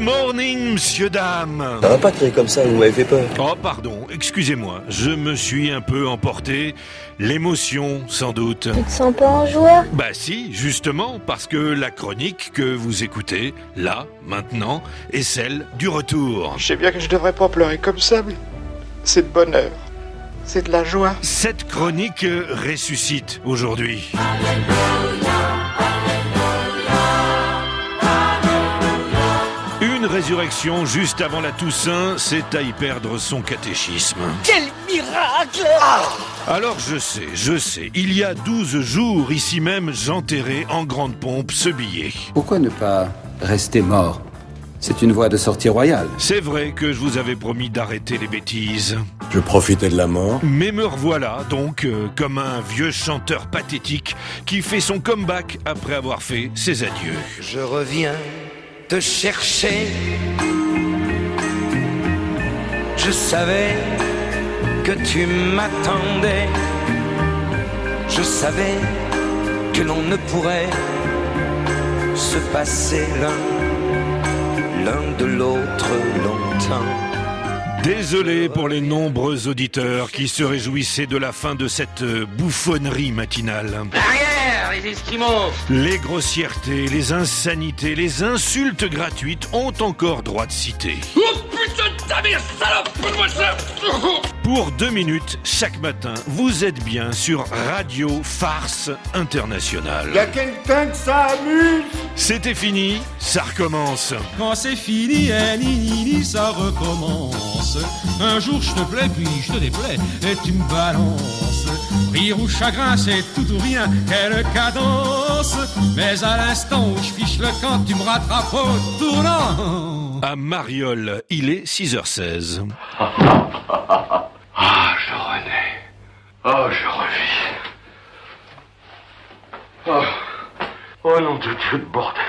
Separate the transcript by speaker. Speaker 1: morning, monsieur, dame.
Speaker 2: Ça va pas tirer comme ça, vous m'avez fait peur.
Speaker 1: Oh, pardon, excusez-moi, je me suis un peu emporté. L'émotion, sans doute.
Speaker 3: Tu te sens pas en joueur
Speaker 1: Bah si, justement, parce que la chronique que vous écoutez, là, maintenant, est celle du retour.
Speaker 4: Je sais bien que je devrais pas pleurer comme ça, mais c'est de bonheur. C'est de la joie.
Speaker 1: Cette chronique euh, ressuscite aujourd'hui. Une résurrection juste avant la Toussaint, c'est à y perdre son catéchisme. Ah.
Speaker 5: Quel miracle
Speaker 1: Alors je sais, je sais, il y a 12 jours, ici même, j'enterrais en grande pompe ce billet.
Speaker 6: Pourquoi ne pas rester mort C'est une voie de sortie royale.
Speaker 1: C'est vrai que je vous avais promis d'arrêter les bêtises.
Speaker 2: Je profitais de la mort.
Speaker 1: Mais me revoilà donc euh, comme un vieux chanteur pathétique qui fait son comeback après avoir fait ses adieux.
Speaker 7: Je reviens te chercher. Je savais que tu m'attendais. Je savais que l'on ne pourrait se passer l'un l'un de l'autre longtemps.
Speaker 1: Désolé pour les nombreux auditeurs qui se réjouissaient de la fin de cette euh, bouffonnerie matinale.
Speaker 5: Arrière, les Esquimaux
Speaker 1: Les grossièretés, les insanités, les insultes gratuites ont encore droit de citer.
Speaker 5: Oh putain de ta mère, salope Fais-moi ça
Speaker 1: Pour deux minutes chaque matin, vous êtes bien sur Radio Farce Internationale.
Speaker 8: Y'a quelqu'un que ça amuse
Speaker 1: C'était fini, ça recommence.
Speaker 9: Quand c'est fini, eh, ni, ni, ni, ça recommence. Un jour je te plais, puis je te déplais, et tu me balances. Rire ou chagrin, c'est tout ou rien, quelle cadence. Mais à l'instant où je fiche le camp, tu me rattrapes au tournant.
Speaker 1: À Mariol, il est 6h16.
Speaker 10: Ah, je renais. Oh, je revis. Oh, oh nom de Dieu de bordel.